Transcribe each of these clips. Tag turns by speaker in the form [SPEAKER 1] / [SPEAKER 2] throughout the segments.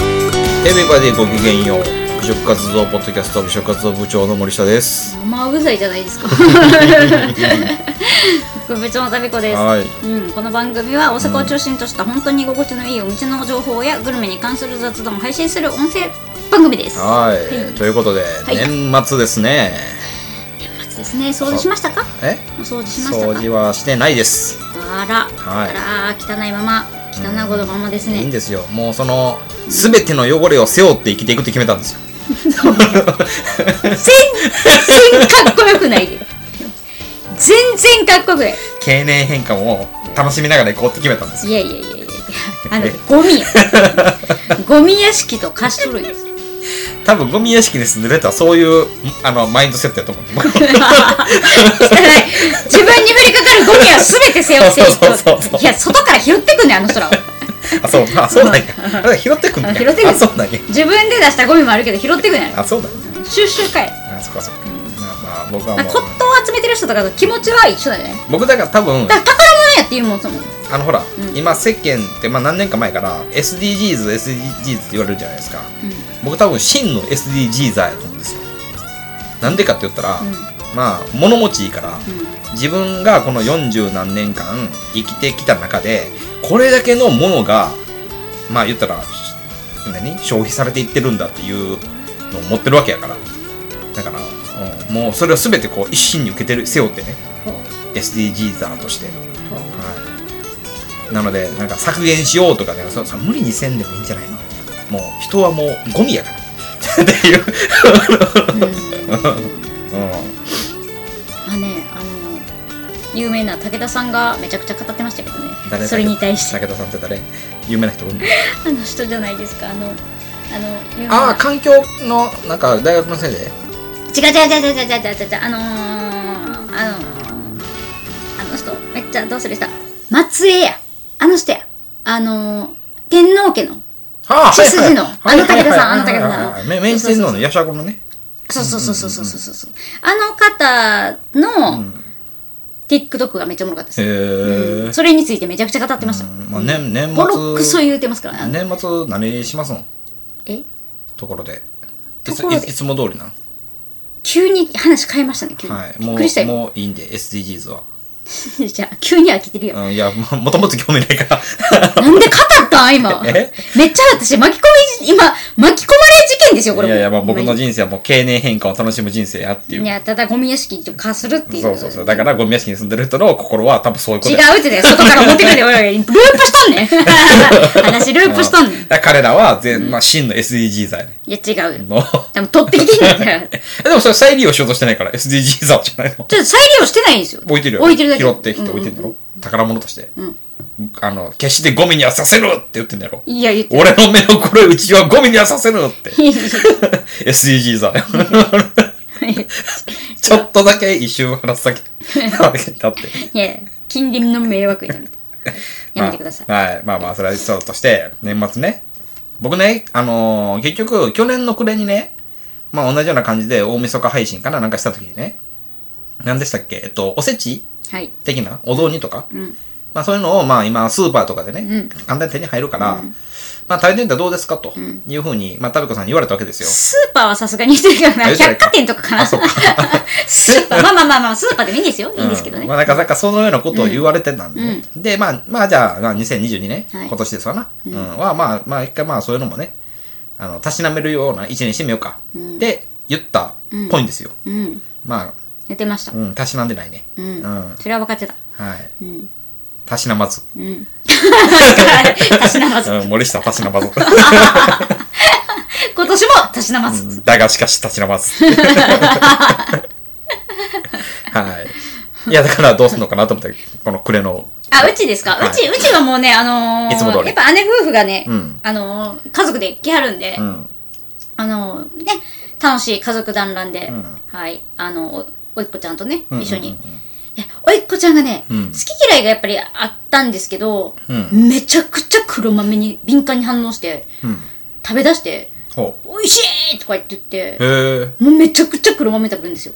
[SPEAKER 1] エビバディごきげんよう美食活動ポッドキャスト美食活動部長の森下です
[SPEAKER 2] 生臭いじゃな いですか副部長の旅子です、
[SPEAKER 1] はい
[SPEAKER 2] うん、この番組は大阪を中心とした本当に居心地のいいお店の情報やグルメに関する雑談を配信する音声番組です
[SPEAKER 1] はい、ということで、
[SPEAKER 2] い
[SPEAKER 1] 年末ですね
[SPEAKER 2] 年末ですね掃除しましたか
[SPEAKER 1] え
[SPEAKER 2] お掃除しました
[SPEAKER 1] 掃
[SPEAKER 2] か
[SPEAKER 1] 除はしてないです、
[SPEAKER 2] あら、
[SPEAKER 1] はい
[SPEAKER 2] あら汚いまま汚い子のままです
[SPEAKER 1] いいん
[SPEAKER 2] ね
[SPEAKER 1] ですよもうその全ての汚れを背負って生きていくって決めたんですよ
[SPEAKER 2] 全然かっこよくないよ全然かっこよくない
[SPEAKER 1] 経年変化も楽しみながら行こうって決めたんですよ
[SPEAKER 2] いやいやいやいやいやあのゴ ミやゴミ屋敷と貸しとるんです
[SPEAKER 1] 多分ゴミ屋敷に住んでる人はそういうんあのマインドセットやと思う
[SPEAKER 2] 汚い自分に降りかかるゴミは全て背負っていく
[SPEAKER 1] そうそうそうそう
[SPEAKER 2] いや外から拾ってくんねんあの人らは
[SPEAKER 1] あそうあそうなんやあれ拾ってくんね
[SPEAKER 2] あ
[SPEAKER 1] や
[SPEAKER 2] 拾ってくんねん
[SPEAKER 1] あそうなんや
[SPEAKER 2] 自分で出したゴミもあるけど拾ってくんねんあ
[SPEAKER 1] あそうなんや
[SPEAKER 2] れ収集会
[SPEAKER 1] あそっかそっかまあまあ僕はも
[SPEAKER 2] あ
[SPEAKER 1] う
[SPEAKER 2] 骨董を集めてる人とかと気持ちは一緒だよね
[SPEAKER 1] 僕だから多分
[SPEAKER 2] だから宝物やっていうもんそも
[SPEAKER 1] あのほら、
[SPEAKER 2] うん
[SPEAKER 1] 今世間って、まあ、何年か前から SDGs、SDGs って言われるじゃないですか。
[SPEAKER 2] う
[SPEAKER 1] 僕多分真の SDGs だと思うんですよ。なんでかって言ったら、
[SPEAKER 2] んうん
[SPEAKER 1] まあ物持ちいいから、
[SPEAKER 2] う
[SPEAKER 1] 自分がこの40何年間生きてきた中で、これだけのものが、まあ言ったら、し何消費されていってるんだっていうのを持ってるわけやから。だから、うんもうそれを全てこう一身に受けてる、背負ってね、
[SPEAKER 2] んほ
[SPEAKER 1] SDGs だとして。
[SPEAKER 2] うほう
[SPEAKER 1] はい、なのでなんか削減しようとかねそそ無理にせんでもいいんじゃないのもう人はもうゴミやからっていう、
[SPEAKER 2] うん
[SPEAKER 1] うん、
[SPEAKER 2] あねあの有名な武田さんがめちゃくちゃ語ってましたけど
[SPEAKER 1] 誰
[SPEAKER 2] ねそれに対して
[SPEAKER 1] 武田さんって誰有名な人おんの
[SPEAKER 2] あの人じゃないですかあのあの有名な
[SPEAKER 1] ああ環境のなんか大学の先生
[SPEAKER 2] 違う違う違う違う違う違う違う違うあのー、あのー、あの人めっちゃどうする人松江やあの人やあのー、天皇家の
[SPEAKER 1] ああ
[SPEAKER 2] 血筋の
[SPEAKER 1] はいはいはい
[SPEAKER 2] あの武田さん
[SPEAKER 1] はいはいはい
[SPEAKER 2] あの武田さん
[SPEAKER 1] はいはいめ明治天皇の八坂のね
[SPEAKER 2] そうそうそうそうそうそうそうあの方の、TikTok がめっちゃおもろかったです、
[SPEAKER 1] へえ、
[SPEAKER 2] それについてめちゃくちゃ語ってました、
[SPEAKER 1] うんまあ、年年
[SPEAKER 2] ボロックソ
[SPEAKER 1] 末
[SPEAKER 2] 言うてますから、ね、
[SPEAKER 1] 年末何しますの
[SPEAKER 2] え
[SPEAKER 1] ところでいつ
[SPEAKER 2] ところで
[SPEAKER 1] いつも通りなん
[SPEAKER 2] 急に話変えましたね急に、
[SPEAKER 1] はい
[SPEAKER 2] び
[SPEAKER 1] も
[SPEAKER 2] っくりした
[SPEAKER 1] う
[SPEAKER 2] よ
[SPEAKER 1] もういいんで SDGs は
[SPEAKER 2] じゃあ急に飽きてるよ、
[SPEAKER 1] うん、いや、ももともと興味ないから。
[SPEAKER 2] なんで語ったん今めっ
[SPEAKER 1] え
[SPEAKER 2] ちゃ私巻き込み今巻き込まれ事件ですよこれ
[SPEAKER 1] いやいや、まあ僕
[SPEAKER 2] ほんま
[SPEAKER 1] の
[SPEAKER 2] に
[SPEAKER 1] 人生はもう経年変化を楽しむ人生やっていう。
[SPEAKER 2] いや、ただゴミ屋敷と化するっていう。
[SPEAKER 1] そうそうそう。だからゴミ屋敷に住んでる人の心は多分そういうこと
[SPEAKER 2] 違
[SPEAKER 1] や
[SPEAKER 2] うってね、外から持ってくるで、俺らループしとん ねん。話ループしとんねん。い
[SPEAKER 1] だから彼らは全、まあ真の SDGs だよね。
[SPEAKER 2] や、違うよ。
[SPEAKER 1] もう
[SPEAKER 2] でも取ってきてんね ん。ち
[SPEAKER 1] でもそれ再利用しようとしてないから SDGs だじゃないの。
[SPEAKER 2] ょっと再利用してないんですよ。
[SPEAKER 1] 置いてるよ。
[SPEAKER 2] 置いてるだけ。
[SPEAKER 1] 拾ってきて置いてる
[SPEAKER 2] うん
[SPEAKER 1] だろ。宝物として。
[SPEAKER 2] ん
[SPEAKER 1] あの、決してゴミにはさせるって言ってんだろ。
[SPEAKER 2] いや、言って
[SPEAKER 1] 俺の目の黒いうちはゴミにはさせるって。
[SPEAKER 2] いやいや
[SPEAKER 1] SDGs だよ。 ちょっとだけ一瞬話す だけ。だって。
[SPEAKER 2] いや、近隣の迷惑になる。やめてください。
[SPEAKER 1] まあ、はい。まあまあ、それはそうとして、年末ね。僕ね、あのー結局、去年の暮れにね、まあ同じような感じで大晦日配信かななんかした時にね、何でしたっけえっと、おせち
[SPEAKER 2] はい。
[SPEAKER 1] 的なお雑煮とか、
[SPEAKER 2] うん。
[SPEAKER 1] まあそういうのを、まあ今、スーパーとかでね、
[SPEAKER 2] うん
[SPEAKER 1] 簡単に手に入るから、まあ食べてみたらどうですかと
[SPEAKER 2] ん
[SPEAKER 1] いうふうに、まあ、たべこさんに言われたわけですよ。
[SPEAKER 2] スーパーはさすがにしてるから
[SPEAKER 1] あ言
[SPEAKER 2] な。
[SPEAKER 1] ってな
[SPEAKER 2] 百
[SPEAKER 1] いか
[SPEAKER 2] 貨店とかかな。
[SPEAKER 1] あそうか
[SPEAKER 2] スーパー。まあまあまあまあ、スーパーでもいいんですよ。いいんですけど
[SPEAKER 1] う
[SPEAKER 2] ね
[SPEAKER 1] ま。あ、なんか、なんかそのようなことを言われてたんで。
[SPEAKER 2] うん
[SPEAKER 1] で、まあ、まあ、じゃあ、まあ、2022ね、
[SPEAKER 2] はい
[SPEAKER 1] 今年ですわな。うん。は、まあ、まあ、一回、まあ、そういうのもね、あの、たしなめるような一年にしてみようか。
[SPEAKER 2] うん
[SPEAKER 1] で、言ったっぽいんですよ。
[SPEAKER 2] うん。
[SPEAKER 1] ま
[SPEAKER 2] 寝てました
[SPEAKER 1] あ、う。ん、たしなんでないね。
[SPEAKER 2] う。
[SPEAKER 1] うんん。
[SPEAKER 2] それは分かってた。
[SPEAKER 1] はい。
[SPEAKER 2] うん。
[SPEAKER 1] たしなまず。
[SPEAKER 2] うん。たしなまず。
[SPEAKER 1] うん、森下たしな まず。
[SPEAKER 2] 今年もたしなます。
[SPEAKER 1] だがしかしたちな ます。はい。いや、だからどうすんのかなと思って、この暮れの。
[SPEAKER 2] あ、うちですか、
[SPEAKER 1] はいう
[SPEAKER 2] ち、うちはもうね、あのー
[SPEAKER 1] いつも通り
[SPEAKER 2] やっぱ姉夫婦がね、
[SPEAKER 1] うん
[SPEAKER 2] あのー家族で来はるんで、
[SPEAKER 1] うん。
[SPEAKER 2] あのーね、楽しい家族団らんで、
[SPEAKER 1] ん
[SPEAKER 2] はい、あのお、おいっ子ちゃんとね、
[SPEAKER 1] うん
[SPEAKER 2] 一緒に。えおいっ子ちゃんがね、
[SPEAKER 1] うん
[SPEAKER 2] 好き嫌いがやっぱりあったんですけど、
[SPEAKER 1] うん
[SPEAKER 2] めちゃくちゃ黒豆に敏感に反応して、
[SPEAKER 1] うん。
[SPEAKER 2] 食べ出して、
[SPEAKER 1] ほ
[SPEAKER 2] 美味しいとか言って言っ
[SPEAKER 1] う。
[SPEAKER 2] て、
[SPEAKER 1] へえ。
[SPEAKER 2] もうめちゃくちゃ黒豆食べるんですよ。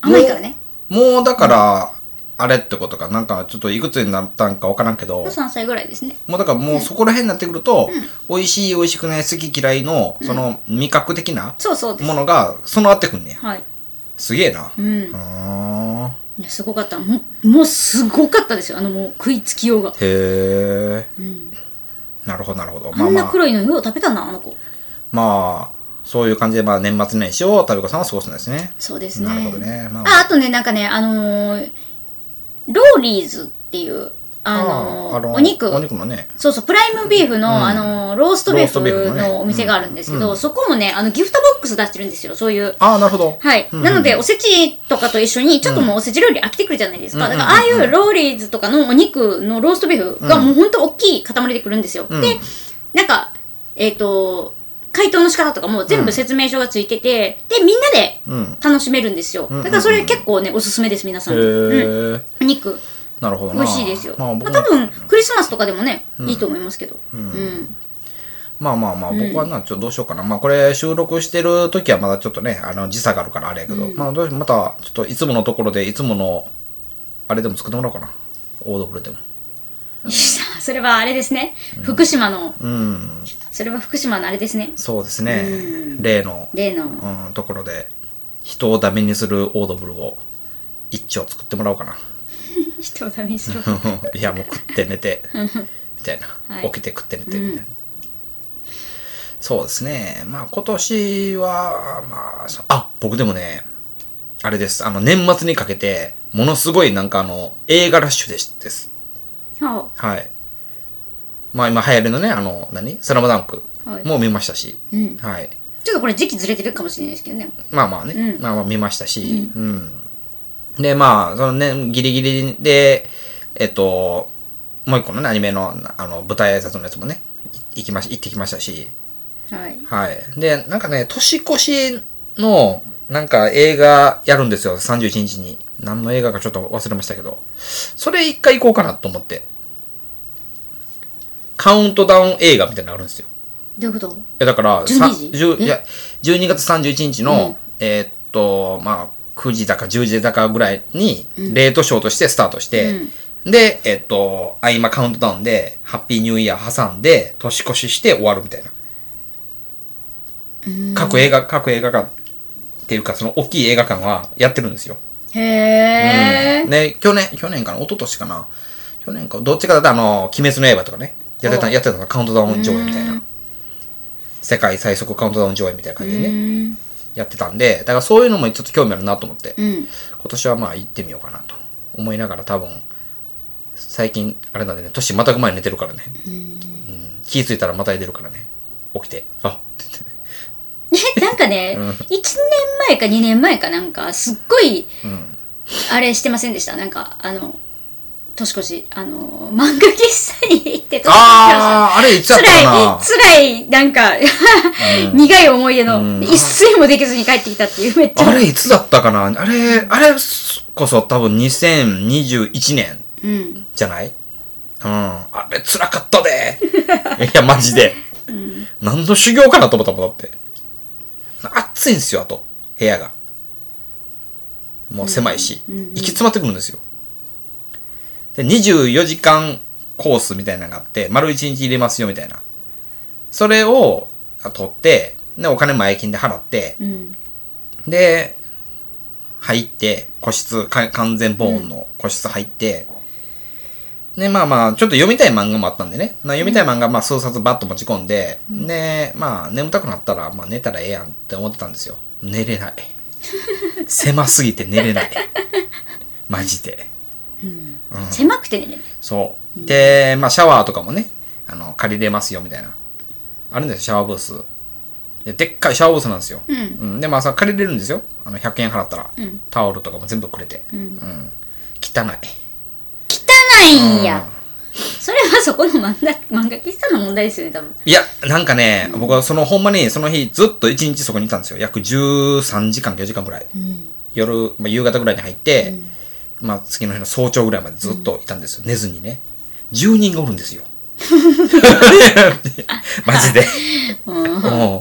[SPEAKER 2] 甘いからね。
[SPEAKER 1] もうだから、あれってことか、なんかちょっといくつになったんかわからんけど、
[SPEAKER 2] 3歳ぐらいですね。
[SPEAKER 1] もうだからもうそこら辺になってくると、美味しい美味しくない好き嫌いの、その味覚的な
[SPEAKER 2] そうそうです
[SPEAKER 1] も。のが備わってくんねや。
[SPEAKER 2] はい。
[SPEAKER 1] すげえな。う
[SPEAKER 2] う。
[SPEAKER 1] んーん。
[SPEAKER 2] いや、すごかった。もう、もうすごかったですよ。あの、もう食いつきようが。
[SPEAKER 1] へえ。
[SPEAKER 2] うん。
[SPEAKER 1] なるほど、なるほど。
[SPEAKER 2] あ
[SPEAKER 1] まあ
[SPEAKER 2] んな
[SPEAKER 1] まあ、
[SPEAKER 2] 黒いのよう食べたな、あの子。
[SPEAKER 1] まあ、そういう感じで、まあ年末年始を食べ子さんは過ごすんですね。
[SPEAKER 2] そうですね。
[SPEAKER 1] なるほどね。ま
[SPEAKER 2] あ、あとね、なんかね、あのーローリーズっていう、あのー
[SPEAKER 1] あーあの
[SPEAKER 2] お肉。
[SPEAKER 1] お肉のね。
[SPEAKER 2] そうそう、プライムビーフの、あのーローストビー
[SPEAKER 1] ローストビー
[SPEAKER 2] フ
[SPEAKER 1] フのね
[SPEAKER 2] のお店があるんですけど、
[SPEAKER 1] うんう
[SPEAKER 2] そこもね、あの、ギフトボックス出してるんですよ、そういう。
[SPEAKER 1] ああ、なるほど。
[SPEAKER 2] はい。
[SPEAKER 1] うん
[SPEAKER 2] なので、おせちとかと一緒に、ちょっともうおせち料理飽きてくるじゃないです
[SPEAKER 1] う
[SPEAKER 2] か。
[SPEAKER 1] ん
[SPEAKER 2] だ
[SPEAKER 1] うん
[SPEAKER 2] から、ああいうローリーズとかのお肉のローストビーフがもうほんと大きい塊でくるんですよ。
[SPEAKER 1] ん
[SPEAKER 2] で、なんか、えっ、と、解凍の仕方とかも全部説明書がついてて、で、みんなで
[SPEAKER 1] うん。
[SPEAKER 2] 楽しめるんですよ。
[SPEAKER 1] んうんうん
[SPEAKER 2] だからそれ結構ね、おすすめです、皆さんに。うん。
[SPEAKER 1] へえ。
[SPEAKER 2] お肉、
[SPEAKER 1] なるほどな。
[SPEAKER 2] 美味しいですよ。ま
[SPEAKER 1] まあ
[SPEAKER 2] あ、
[SPEAKER 1] 僕
[SPEAKER 2] 多
[SPEAKER 1] も
[SPEAKER 2] 分、クリスマスとかでもね、いいと思いますけど。うん。
[SPEAKER 1] まあまあまあ、僕はな、ちょっとどうしようかな。まあこれ収録してる時はまだちょっとね、あの時差があるからあれやけど、まあどうしまた、ちょっといつものところで、いつもの、あれでも作ってもらおうかな。オードブルでも。
[SPEAKER 2] それはあれですね。福島の、
[SPEAKER 1] うん、
[SPEAKER 2] それは福島のあれですね。
[SPEAKER 1] そうですね。
[SPEAKER 2] う
[SPEAKER 1] 例の、
[SPEAKER 2] 例の、
[SPEAKER 1] うん、ところで、人をダメにするオードブルを、一丁作ってもらおうかな。
[SPEAKER 2] 人をダメにする。
[SPEAKER 1] いやもう食って寝 てみたいな、
[SPEAKER 2] はい
[SPEAKER 1] 起きて食って寝てみたいな、そうですねまあ今年はまあそあ僕でもねあれですあの年末にかけてものすごいなんかあの映画ラッシュでしです
[SPEAKER 2] は
[SPEAKER 1] はいまあ今流行りのねあの何「スラムダンク
[SPEAKER 2] はい
[SPEAKER 1] も見ましたし、
[SPEAKER 2] あうん。
[SPEAKER 1] はい
[SPEAKER 2] ちょっとこれ時期ずれてるかもしれないですけどね。
[SPEAKER 1] まあまあね、
[SPEAKER 2] うん
[SPEAKER 1] まあまあ見ましたし、うん。で、まあ、そのね、ギリギリで、えっと、もう一個のね、アニメの、あの、舞台挨拶のやつもね、い行きまし、行ってきましたし、
[SPEAKER 2] はい。
[SPEAKER 1] はい。で、なんかね、年越しの、なんか映画やるんですよ、31日に。何の映画かちょっと忘れましたけど、それ一回行こうかなと思って。カウントダウン映画みたいなのあるんですよ。
[SPEAKER 2] どういうこと
[SPEAKER 1] いやだから、
[SPEAKER 2] 12
[SPEAKER 1] さ
[SPEAKER 2] 時
[SPEAKER 1] じゅういや12月31日の、えーっと、まあ、9時だか10時だかぐらいに、レートショーとしてスタートして、で、えーっと、合間カウントダウンで、ハッピーニューイヤー挟んで、年越しして終わるみたいな。各映画、各映画館っていうか、その大きい映画館はやってるんですよ。
[SPEAKER 2] へえ。
[SPEAKER 1] ね、去年、去年かな、一昨年かな。去年か、どっちかだとあの、鬼滅の刃とかね、やってた、
[SPEAKER 2] お
[SPEAKER 1] やってたのカウントダウン上映みたいな。世界最速カウントダウン上映みたいな感じでね。
[SPEAKER 2] うん。
[SPEAKER 1] やってたんで、だからそういうのもちょっと興味あるなと思って、
[SPEAKER 2] うん。
[SPEAKER 1] 今年はまあ行ってみようかなと思いながら多分、最近、あれなんでね、年またぐ前に寝てるからね、うん気づいたらまた寝てるからね、起きて、あって言ってね、
[SPEAKER 2] え、なんかね、1年前か2年前かなんか、すっごい、
[SPEAKER 1] ん
[SPEAKER 2] あれしてませんでした。なんか、あの、年越し、あの、漫画喫茶に行って年越し
[SPEAKER 1] あー、あれ行っちゃっ
[SPEAKER 2] 辛、。
[SPEAKER 1] たない
[SPEAKER 2] 辛い、なんか、苦い思い出の、一睡もできずに帰ってきたっていう、めっちゃ。
[SPEAKER 1] あれいつだったかなあれ、あれこそ多分2021年
[SPEAKER 2] うん。
[SPEAKER 1] じゃないうん。あれ辛かった で。いや、マジで。何の修行かなと思ったもんだって。暑いんですよ、あと。部屋が。もう狭いし。
[SPEAKER 2] うんうんうん
[SPEAKER 1] 行き詰まってくるんですよ。で、24時間コースみたいなのがあって、丸1日入れますよ、みたいな。それをあ取って、で、お金前金で払って、
[SPEAKER 2] うん。
[SPEAKER 1] で、入って、個室、か完全防音の個室入って、で、まあまあ、ちょっと読みたい漫画もあったんでね。まあ、読みたい漫画、まあ、数冊バッと持ち込んで、で、まあ、眠たくなったら、まあ、寝たらええやんって思ってたんですよ。寝れ ない。狭すぎて寝れない。マジで。
[SPEAKER 2] 狭くてね。
[SPEAKER 1] そう。で、まあ、シャワーとかもね、あの、借りれますよ、みたいな。あるんですよ、シャワーブース。ででっかいシャワーブースなんですよ。
[SPEAKER 2] うん。
[SPEAKER 1] うん、でも朝借りれるんですよあの100円払ったら、
[SPEAKER 2] うん
[SPEAKER 1] タオルとかも全部くれて、
[SPEAKER 2] うん
[SPEAKER 1] うん汚い
[SPEAKER 2] 汚いんや。それはそこの漫画漫画喫茶の問題ですよね、多分。
[SPEAKER 1] いやなんかね、僕はそのほんまにその日ずっと1日そこにいたんですよ約13時間4時間ぐらい
[SPEAKER 2] うん。
[SPEAKER 1] 夜、まあ、夕方ぐらいに入って、まあ、次の日の早朝ぐらいまでずっといたんですよ、寝ずにね10人がおるん ですよ マジで
[SPEAKER 2] うん。
[SPEAKER 1] うん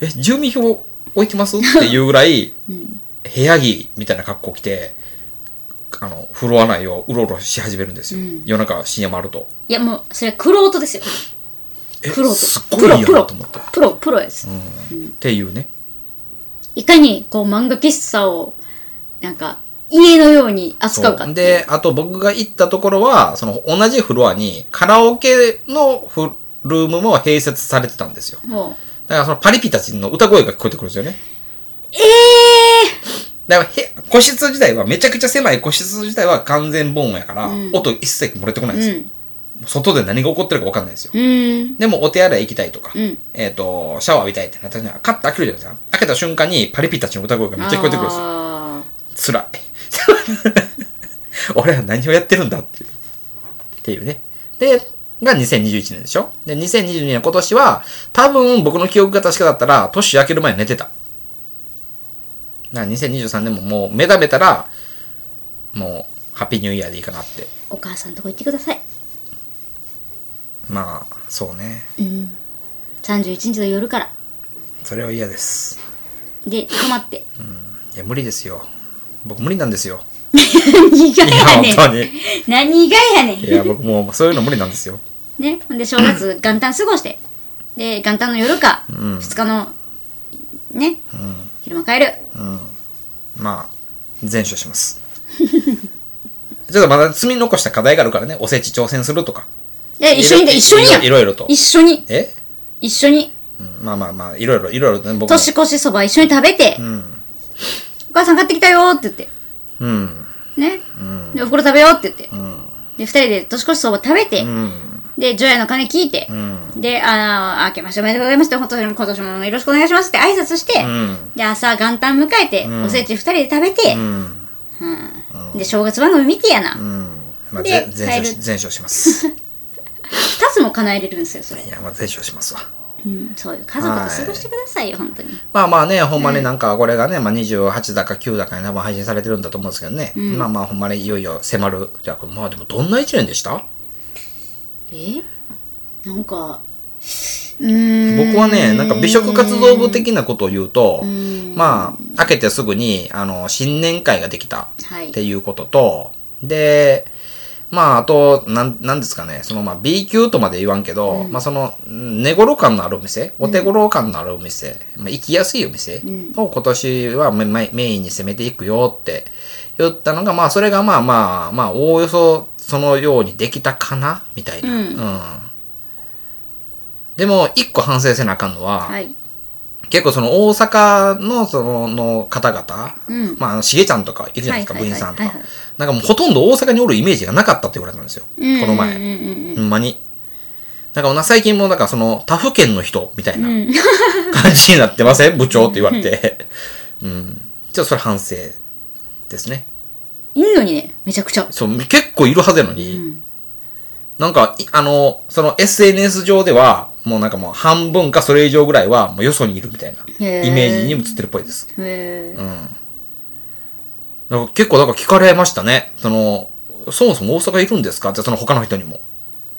[SPEAKER 1] え住民票置いてますっていうぐらい部屋着みたいな格好着てあの、振るわないよう、うろうろし始めるんですよ。
[SPEAKER 2] うん
[SPEAKER 1] 夜中、深夜もあると。
[SPEAKER 2] いやもうそれはクロートですよ
[SPEAKER 1] え、
[SPEAKER 2] クロート
[SPEAKER 1] すっごいやな
[SPEAKER 2] プロ
[SPEAKER 1] と思って。
[SPEAKER 2] プロプロです、
[SPEAKER 1] うん。っていうね。
[SPEAKER 2] いかにこう漫画喫茶をなんか家のように扱うか
[SPEAKER 1] そうで、あと僕が行ったところは、その同じフロアにカラオケのフルームも併設されてたんですよ。
[SPEAKER 2] もう
[SPEAKER 1] だからそのパリピたちの歌声が聞こえてくるんですよね。
[SPEAKER 2] え
[SPEAKER 1] だからへ、個室自体は、めちゃくちゃ狭い個室自体は完全防音やから、
[SPEAKER 2] うん
[SPEAKER 1] 音一切漏れてこない
[SPEAKER 2] え
[SPEAKER 1] んですよ。
[SPEAKER 2] ー、
[SPEAKER 1] 外で何が起こってるか分かんないんですよ。
[SPEAKER 2] うんうん
[SPEAKER 1] でも、お手洗い行きたいとか、
[SPEAKER 2] うん
[SPEAKER 1] えっ、と、シャワー浴びたいってなったら、カッと開けるじゃないですか。開けた瞬間にパリピたちの歌声がめっちゃ聞こえてくるんですよ。
[SPEAKER 2] あ
[SPEAKER 1] 辛い。 俺は何をやってるんだっていう。っていうね。で、が2021年でしょで、2022年今年は、多分僕の記憶が確かだったら、年明ける前に寝てた。だから2023年ももう目覚めたら、もう、ハッピーニューイヤーでいいかなって。
[SPEAKER 2] ーお母さんとこ行ってください、
[SPEAKER 1] まあ、そうね。
[SPEAKER 2] うん、31日の夜から
[SPEAKER 1] それは嫌です。
[SPEAKER 2] で泊まって
[SPEAKER 1] いや、無理ですよ。僕無理なんですよ。
[SPEAKER 2] 何が
[SPEAKER 1] いや、
[SPEAKER 2] や ね
[SPEAKER 1] 本
[SPEAKER 2] ん
[SPEAKER 1] 当に。
[SPEAKER 2] 何がやねん
[SPEAKER 1] いや、僕もうそういうの無理なんですよ。
[SPEAKER 2] ね、ほんで正 月元旦過ごしてで元旦の夜か、二2日のね、昼間帰る
[SPEAKER 1] まあ、全処します。ちょっとまだ積み残した課題があるからね、おせち挑戦するとか。
[SPEAKER 2] で一緒にで
[SPEAKER 1] いろ
[SPEAKER 2] 一緒にや
[SPEAKER 1] いろいろいろと
[SPEAKER 2] 一緒に
[SPEAKER 1] え、
[SPEAKER 2] 一緒に
[SPEAKER 1] うん、まあまあまあ、いろいろ、いろいろとね、僕も。
[SPEAKER 2] 年越しそば一緒に食べて、お母さん買ってきたよーって言って
[SPEAKER 1] うん。
[SPEAKER 2] ね、でおふくろ食べようって言って、で2人で年越しそば食べて、で除夜の鐘聞いて、であの「明けましておめでとうございます」って本当に今年もよろしくお願いしますって挨拶して、
[SPEAKER 1] ん
[SPEAKER 2] で朝元旦迎えて、おせち2人で食べて、
[SPEAKER 1] うん。
[SPEAKER 2] うんで正月番組見てやな、
[SPEAKER 1] うん。まあ、
[SPEAKER 2] で
[SPEAKER 1] ぜ全
[SPEAKER 2] 帰
[SPEAKER 1] 処
[SPEAKER 2] る
[SPEAKER 1] し、全処します。
[SPEAKER 2] 2つも叶えれるんですよそれ
[SPEAKER 1] いや、まあ全処しますわ。
[SPEAKER 2] うん、そういう家族と過ごしてくださいよ、本当に。
[SPEAKER 1] まあまあね、ほんまになんかこれがね、まあ28だか9だかに多分配信されてるんだと思うんですけどね。まあまあほんまにいよいよ迫る。じゃあこれ、まあでもどんな1年でした
[SPEAKER 2] えなんか、うーん。
[SPEAKER 1] 僕はね、なんか美食活動部的なことを言うと、
[SPEAKER 2] ん
[SPEAKER 1] まあ、開けてすぐに、あの、新年会ができた
[SPEAKER 2] は
[SPEAKER 1] っ
[SPEAKER 2] い。
[SPEAKER 1] ていうことと、で、まあ、あと、なん、なんですかね、その、まあ、B 級とまで言わんけど、まあ、その、うん寝頃感のあるお店、お手頃感のあるお店、まあ、行きやすいお店
[SPEAKER 2] ん
[SPEAKER 1] を今年はメメメインに攻めていくよって言ったのが、まあ、それがまあまあ、まあ、おおよそそのようにできたかな、みたいな。
[SPEAKER 2] うん
[SPEAKER 1] うんでも、一個反省せなあかんのは、
[SPEAKER 2] はい。
[SPEAKER 1] 結構その大阪のそのの方々、
[SPEAKER 2] うん
[SPEAKER 1] まああの、しげちゃんとかいるじゃないですか、
[SPEAKER 2] はいはい
[SPEAKER 1] 部員
[SPEAKER 2] はい
[SPEAKER 1] さんとか
[SPEAKER 2] はいはい。
[SPEAKER 1] なんかもうほとんど大阪におるイメージがなかったって言われたんですよ。この
[SPEAKER 2] う
[SPEAKER 1] 前。
[SPEAKER 2] んうんうん
[SPEAKER 1] ほんまに。だから最近もなんかその他府県の人みたいな
[SPEAKER 2] うん。
[SPEAKER 1] 感じになってません部長って言われて。うん。ちょっとそれ反省ですね。
[SPEAKER 2] いいのにね、めちゃくちゃ。
[SPEAKER 1] そう、結構いるはずやの
[SPEAKER 2] う
[SPEAKER 1] に、
[SPEAKER 2] ん。
[SPEAKER 1] なんか、いあの、その SNS 上では、もうなんかもう半分かそれ以上ぐらいは、もうよそにいるみたいな
[SPEAKER 2] へー
[SPEAKER 1] イメージに映ってるっぽいです。
[SPEAKER 2] へー
[SPEAKER 1] だから結構なんか聞かれましたね。その、そもそも大阪いるんですかって、その他の人にも。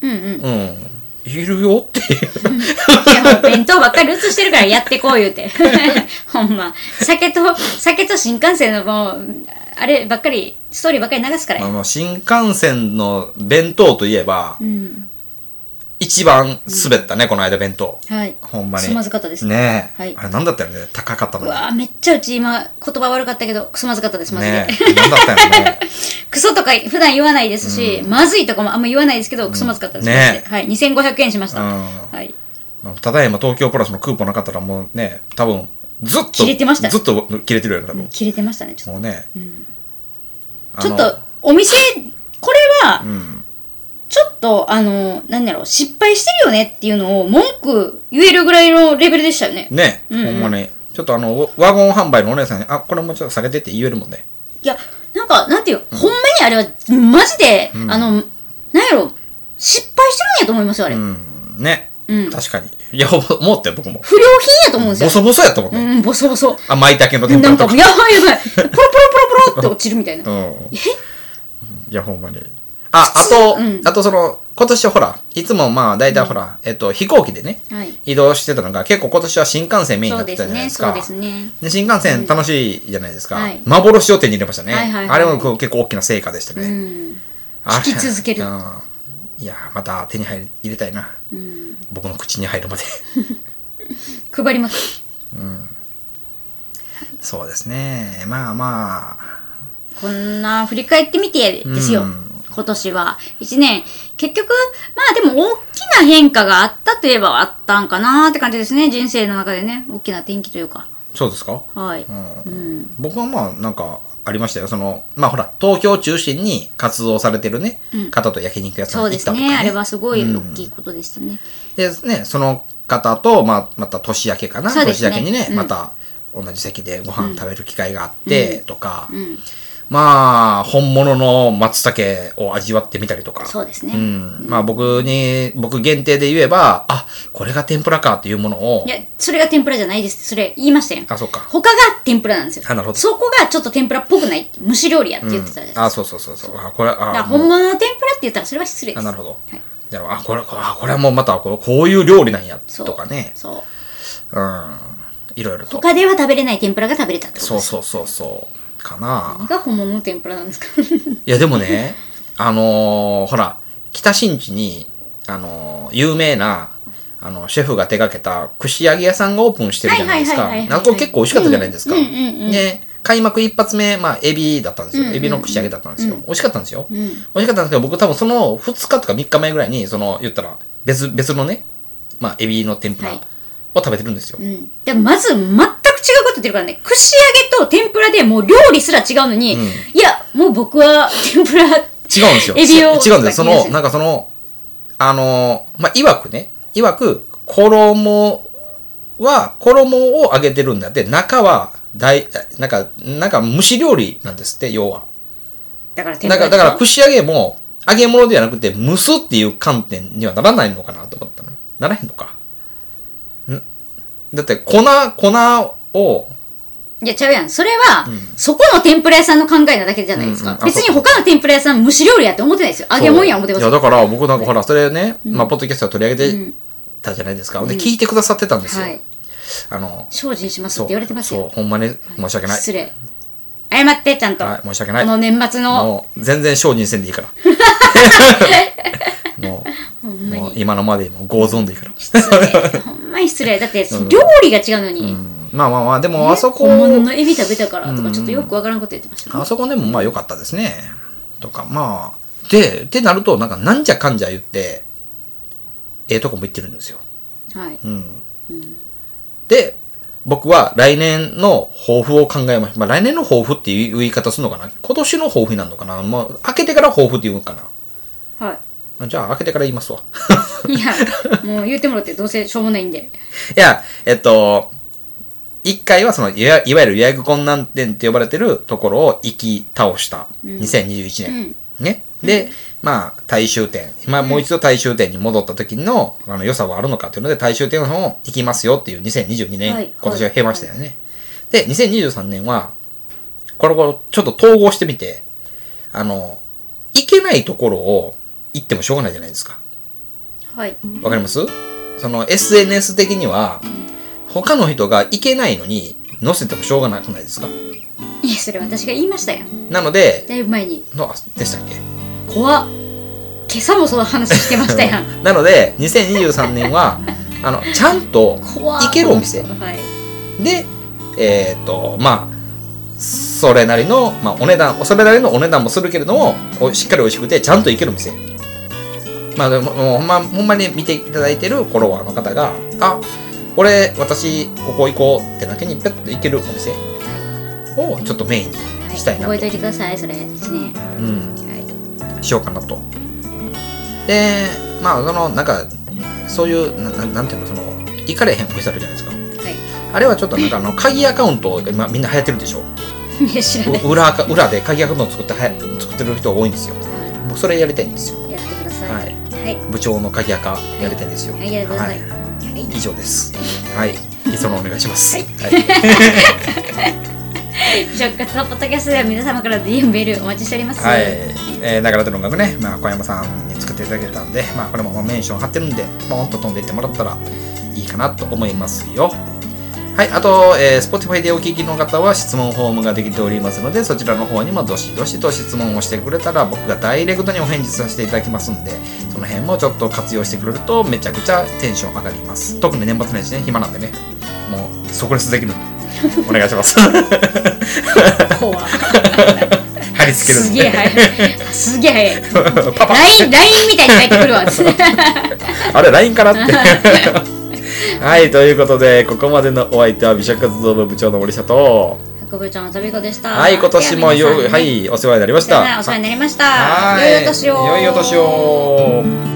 [SPEAKER 2] うんうん。
[SPEAKER 1] うん。いるよ っていう。
[SPEAKER 2] いや、もう弁当ばっかり移してるからやってこう言うて。 ほんま。酒と、酒と新幹線のもう、あればっかり、ストーリーばっかり流すから
[SPEAKER 1] あ
[SPEAKER 2] や。
[SPEAKER 1] の、新幹線の弁当といえば
[SPEAKER 2] う、ん。
[SPEAKER 1] 一番滑ったね、この間弁当。
[SPEAKER 2] はい。
[SPEAKER 1] ほんまに。
[SPEAKER 2] つまずかったです。
[SPEAKER 1] ねえ。
[SPEAKER 2] はい
[SPEAKER 1] あれ何だったよね高かったの
[SPEAKER 2] う
[SPEAKER 1] に。
[SPEAKER 2] わーめっちゃうち今、言葉悪かったけど、くそまずかったです、マジで。
[SPEAKER 1] ねえ。何だったよね。
[SPEAKER 2] クソとか普段言わないですし、まずいとかもあんま言わないですけど、クソまずかったです、
[SPEAKER 1] ね
[SPEAKER 2] はい、2500円しました。
[SPEAKER 1] うん
[SPEAKER 2] はい。
[SPEAKER 1] まあただいま東京プラスのクーポンなかったらもうね、多分、ずっと。
[SPEAKER 2] 切れてました
[SPEAKER 1] ずっと切れてるよね、多分。
[SPEAKER 2] 切れてましたね、ちょっ
[SPEAKER 1] もうね。あ
[SPEAKER 2] と。
[SPEAKER 1] の
[SPEAKER 2] ちょっと、お店、これは、
[SPEAKER 1] ん
[SPEAKER 2] ちょっと、あの、なんだろう、失敗してるよねっていうのを文句言えるぐらいのレベルでしたよね。
[SPEAKER 1] ね、
[SPEAKER 2] うんうん
[SPEAKER 1] ほんまに。ちょっとあの、ワゴン販売のお姉さんに、あ、これもちょっと下げてって言えるもんね。
[SPEAKER 2] いや、なんか、なんていう、ほんまにあれは、マジで、あの、なんやろ、失敗してるんやと思いますよ、あれ。
[SPEAKER 1] うん、ね。
[SPEAKER 2] うん
[SPEAKER 1] 確かに。いや、思思ったよ、僕も。
[SPEAKER 2] 不良品やと思うんです
[SPEAKER 1] ボ
[SPEAKER 2] よ。
[SPEAKER 1] ソボソやったもん
[SPEAKER 2] う
[SPEAKER 1] ね。
[SPEAKER 2] ん、ボソボソ。
[SPEAKER 1] あ、舞茸の天ぷ
[SPEAKER 2] な
[SPEAKER 1] ら
[SPEAKER 2] んか、
[SPEAKER 1] と
[SPEAKER 2] やば
[SPEAKER 1] か。
[SPEAKER 2] いやばい。ポロポロポロポロって落ちるみたいな
[SPEAKER 1] う。ん。いや、ほんまに。あ、あと、
[SPEAKER 2] うん
[SPEAKER 1] あとその、今年ほら、いつもまあ、大体ほら、えっと、飛行機でね、
[SPEAKER 2] はい。
[SPEAKER 1] 移動してたのが、結構今年は新幹線メインに
[SPEAKER 2] そ
[SPEAKER 1] な
[SPEAKER 2] う
[SPEAKER 1] って
[SPEAKER 2] で
[SPEAKER 1] た
[SPEAKER 2] す
[SPEAKER 1] じゃない
[SPEAKER 2] ね、
[SPEAKER 1] です
[SPEAKER 2] そう
[SPEAKER 1] か
[SPEAKER 2] で。すね。
[SPEAKER 1] で新幹線楽しいじゃないですか。
[SPEAKER 2] はい
[SPEAKER 1] 幻を手に入れましたね。
[SPEAKER 2] はいはいはい
[SPEAKER 1] あれもこう結構大きな成果でしたね。
[SPEAKER 2] うん。
[SPEAKER 1] あれ
[SPEAKER 2] 聞き続ける
[SPEAKER 1] うんいやーまた手に入れ入れたいな。
[SPEAKER 2] うん。
[SPEAKER 1] 僕の口に入るまで。
[SPEAKER 2] 配りまくる。
[SPEAKER 1] そうですね。まあまあ。
[SPEAKER 2] こんな振り返ってみてですよ。
[SPEAKER 1] うん
[SPEAKER 2] 今年は。一年。結局、まあでも大きな変化があったといえばあったんかなーって感じですね。人生の中でね。大きな転機というか。
[SPEAKER 1] そうですか
[SPEAKER 2] はい。
[SPEAKER 1] う
[SPEAKER 2] うん。
[SPEAKER 1] 僕はまあなんかありましたよ。その、まあほら、東京を中心に活動されてるね、方と焼肉屋さん
[SPEAKER 2] そ
[SPEAKER 1] 行
[SPEAKER 2] う
[SPEAKER 1] っ
[SPEAKER 2] で
[SPEAKER 1] たとか、
[SPEAKER 2] す
[SPEAKER 1] ね。
[SPEAKER 2] ね。あれはすごい大きいことでしたね。
[SPEAKER 1] でね、その方と、まあ、また年明けかな、
[SPEAKER 2] そうで
[SPEAKER 1] 年
[SPEAKER 2] すね
[SPEAKER 1] 明けにね、
[SPEAKER 2] うん
[SPEAKER 1] また同じ席でご飯食べる機会があって、とか、
[SPEAKER 2] うん。
[SPEAKER 1] まあ、本物の松茸を味わってみたりとか。
[SPEAKER 2] そうですね。
[SPEAKER 1] うん。まあ僕に、僕限定で言えば、あ、これが天ぷらかっていうものを
[SPEAKER 2] い、や、それが天ぷらじゃないです。それ言いましたよ。
[SPEAKER 1] あ、そうか。
[SPEAKER 2] 他が天ぷらなんですよ。
[SPEAKER 1] あなるほど
[SPEAKER 2] そこがちょっと天ぷらっぽくないって蒸し料理やって言ってたじゃないですか。
[SPEAKER 1] あ、そうそうそうそう。あ、これ、
[SPEAKER 2] だから
[SPEAKER 1] あ、
[SPEAKER 2] 本
[SPEAKER 1] もう
[SPEAKER 2] 物の天ぷらって言ったらそれは失礼で
[SPEAKER 1] あ
[SPEAKER 2] す。
[SPEAKER 1] なるほど。
[SPEAKER 2] はい
[SPEAKER 1] じゃあ、あこれ、これあこれはもうまたこう、こういう料理なんや、
[SPEAKER 2] そう
[SPEAKER 1] とかね。
[SPEAKER 2] そう。
[SPEAKER 1] うん。いろいろと。
[SPEAKER 2] 他では食べれない天ぷらが食べれたってこと
[SPEAKER 1] そう
[SPEAKER 2] です。
[SPEAKER 1] そうそうそう。かな。
[SPEAKER 2] 何が本物の天ぷらなんですか
[SPEAKER 1] いやでもね、あのーほら、北新地に、あのー有名な、あの、シェフが手掛けた串揚げ屋さんがオープンしてるじゃないです
[SPEAKER 2] はい
[SPEAKER 1] か
[SPEAKER 2] はいはいはいは。い
[SPEAKER 1] あこれ結構美味しかったじゃないですか。
[SPEAKER 2] うんうんうんうん
[SPEAKER 1] で、開幕一発目、まあ、エビだったんですよ。
[SPEAKER 2] うんうんうん
[SPEAKER 1] エビの串揚げだったんですよ。美味しかったんですよ。
[SPEAKER 2] うん
[SPEAKER 1] 美味しかったんですけど、僕多分その2日とか3日前ぐらいに、その、言ったら、別、別のね、まあ、エビの天ぷら
[SPEAKER 2] はい
[SPEAKER 1] を食べてるんですよ。
[SPEAKER 2] うん。でもまず全く違うこと言ってるからね。串揚げと天ぷらでもう料理すら違うのに、いや、もう僕は天ぷら。違うん
[SPEAKER 1] 違うんですよ。
[SPEAKER 2] エビを。
[SPEAKER 1] 違うんですよ。そ
[SPEAKER 2] とか言い出
[SPEAKER 1] の、
[SPEAKER 2] す
[SPEAKER 1] なんかその、あのー、まあ、いわくね、いわく、衣は、衣を揚げてるんだって、中は、大、なんか、なんか蒸し料理なんですって、要は。
[SPEAKER 2] だから天ぷ
[SPEAKER 1] だからら、だ
[SPEAKER 2] でしょ。
[SPEAKER 1] から串揚げも、揚げ物ではなくて、蒸すっていう観点にはならないのかなと思ったの。ならへんのか。んだって、粉、粉を、
[SPEAKER 2] いや、ちゃうやん。それは、そこの天ぷら屋さんの考えなだけじゃないですか。
[SPEAKER 1] うんうんあ
[SPEAKER 2] 別に
[SPEAKER 1] そう
[SPEAKER 2] 他の天ぷら屋さん蒸し料理やって思ってないですよ。揚げ物や思ってま
[SPEAKER 1] い
[SPEAKER 2] す
[SPEAKER 1] や、だから僕なんかほら、それね、まあ、ポッドキャストは取り上げてたじゃないですか。で、聞いてくださってたんですよ。
[SPEAKER 2] はい。
[SPEAKER 1] あの、
[SPEAKER 2] 精進しますっ
[SPEAKER 1] そう、
[SPEAKER 2] て言われてますよ
[SPEAKER 1] そう、。ほんまに申し訳ない。
[SPEAKER 2] 失礼。謝って、ちゃんと。
[SPEAKER 1] はい申し訳ない
[SPEAKER 2] この年末の。
[SPEAKER 1] もう、全然精進せんでいい から。 もう、もう今のまでも合存でいいから。
[SPEAKER 2] 失礼。ほんまに失礼。だって、料理が違うのに。
[SPEAKER 1] うんまあまあまあ、でも、あそこ、
[SPEAKER 2] 本物のエビ食べたからとか、ちょっとよくわからんこと言ってましたね。
[SPEAKER 1] あそこでもまあ良かったですね。とか、まあ、で、ってなると、なんか、なんじゃかんじゃ言って、ええとこも行ってるんですよ。
[SPEAKER 2] はい。
[SPEAKER 1] うん。で、僕は来年の抱負を考えました。まあ来年の抱負っていう言い方するのかな今年の抱負になるのかなまあ、開けてから抱負って言うのかな
[SPEAKER 2] は
[SPEAKER 1] じゃあ、開けてから言いますわ。
[SPEAKER 2] い。いや、もう言ってもらって、どうせしょうもないんで。
[SPEAKER 1] いや、えっと、一回はそのいわ、いわゆる予約困難点って呼ばれてるところを行き倒した。2021年。ね。で、まあ、大衆店。まあ、もう一度大衆店に戻った時の、あの、良さはあるのかというので、大衆店の方を行きますよっていう2022年、
[SPEAKER 2] はい
[SPEAKER 1] 今年は経ましたよね。で、2023年は、これをちょっと統合してみて、あの、行けないところを行ってもしょうがないじゃないですか。
[SPEAKER 2] はい。
[SPEAKER 1] わかりますその SNS 的には、他の人が行けないのに載せてもしょうがなくないですか
[SPEAKER 2] いや、それ私が言いましたよ。
[SPEAKER 1] なので、
[SPEAKER 2] だいぶ前に。
[SPEAKER 1] の、あでしたっけ
[SPEAKER 2] 怖っ。今朝もその話してましたやん。
[SPEAKER 1] なので、2023年は、 あの、ちゃんと
[SPEAKER 2] 怖っ
[SPEAKER 1] 行けるお店
[SPEAKER 2] はい。
[SPEAKER 1] で、えっ、と、まあ、それなりの、まあ、お値段、それなりのお値段もするけれども、おしっかり美味しくて、ちゃんといける店。まあ、でも、もうほんま、ほんまに見ていただいてるフォロワーの方が、あ、俺、私、ここ行こうってだけに、ペッと行けるお店を、ちょっとメインに
[SPEAKER 2] はい、
[SPEAKER 1] したいなと。
[SPEAKER 2] 覚えておいてください、それ。ですね。
[SPEAKER 1] うん。
[SPEAKER 2] は
[SPEAKER 1] しようかなと。で、まあ、その、なんか、そういう、なななんていうの、その、行かれへんお店あるじゃないですか。
[SPEAKER 2] い。は
[SPEAKER 1] あれはちょっとなんか、あ の、鍵アカウントが今、みんな流行ってるでしょ。
[SPEAKER 2] い。いや、知らない。
[SPEAKER 1] う裏か裏で鍵アカウントを作ってはや作ってる人が多いんですよ僕それやりたいんですよ
[SPEAKER 2] やってください。
[SPEAKER 1] は
[SPEAKER 2] はいい。
[SPEAKER 1] 部長の鍵アカやりたいんですよ
[SPEAKER 2] はい、やってください。
[SPEAKER 1] は
[SPEAKER 2] はい。
[SPEAKER 1] い以上ですはいいつものお願いします
[SPEAKER 2] はい
[SPEAKER 1] はい
[SPEAKER 2] 食活動ポッドキャストでは皆様からの DM メールお待ちしております。
[SPEAKER 1] はいえー、だからと音楽ね、まあ、小山さんに作っていただけたんで、まあ、これももうメンション貼ってるんで、ポンと飛んでいってもらったらいいかなと思いますよ。はい、あと、えー、Spotify でお聞きの方は質問フォームができておりますので、そちらの方にもどしどしと質問をしてくれたら、僕がダイレクトにお返事させていただきますんで、その辺もちょっと活用してくれると、めちゃくちゃテンション上がります。特に年末年始ね、暇なんでね、もう即レスできるんで、お願いし ます。
[SPEAKER 2] 怖っ
[SPEAKER 1] 貼り付ける
[SPEAKER 2] す
[SPEAKER 1] ん
[SPEAKER 2] げえ
[SPEAKER 1] で。
[SPEAKER 2] 早いすげえ早い
[SPEAKER 1] パパ
[SPEAKER 2] LINE みたいに入ってくるわ
[SPEAKER 1] あれ LINE か なってはいということでここまでのお相手は美食活動部部長の森下と
[SPEAKER 2] 博物長の旅子でした
[SPEAKER 1] はい今年もよ
[SPEAKER 2] では皆さんね
[SPEAKER 1] はいお世話になりまし
[SPEAKER 2] お世話
[SPEAKER 1] た
[SPEAKER 2] になりました
[SPEAKER 1] は
[SPEAKER 2] 良
[SPEAKER 1] い
[SPEAKER 2] いお年を
[SPEAKER 1] 良いお年を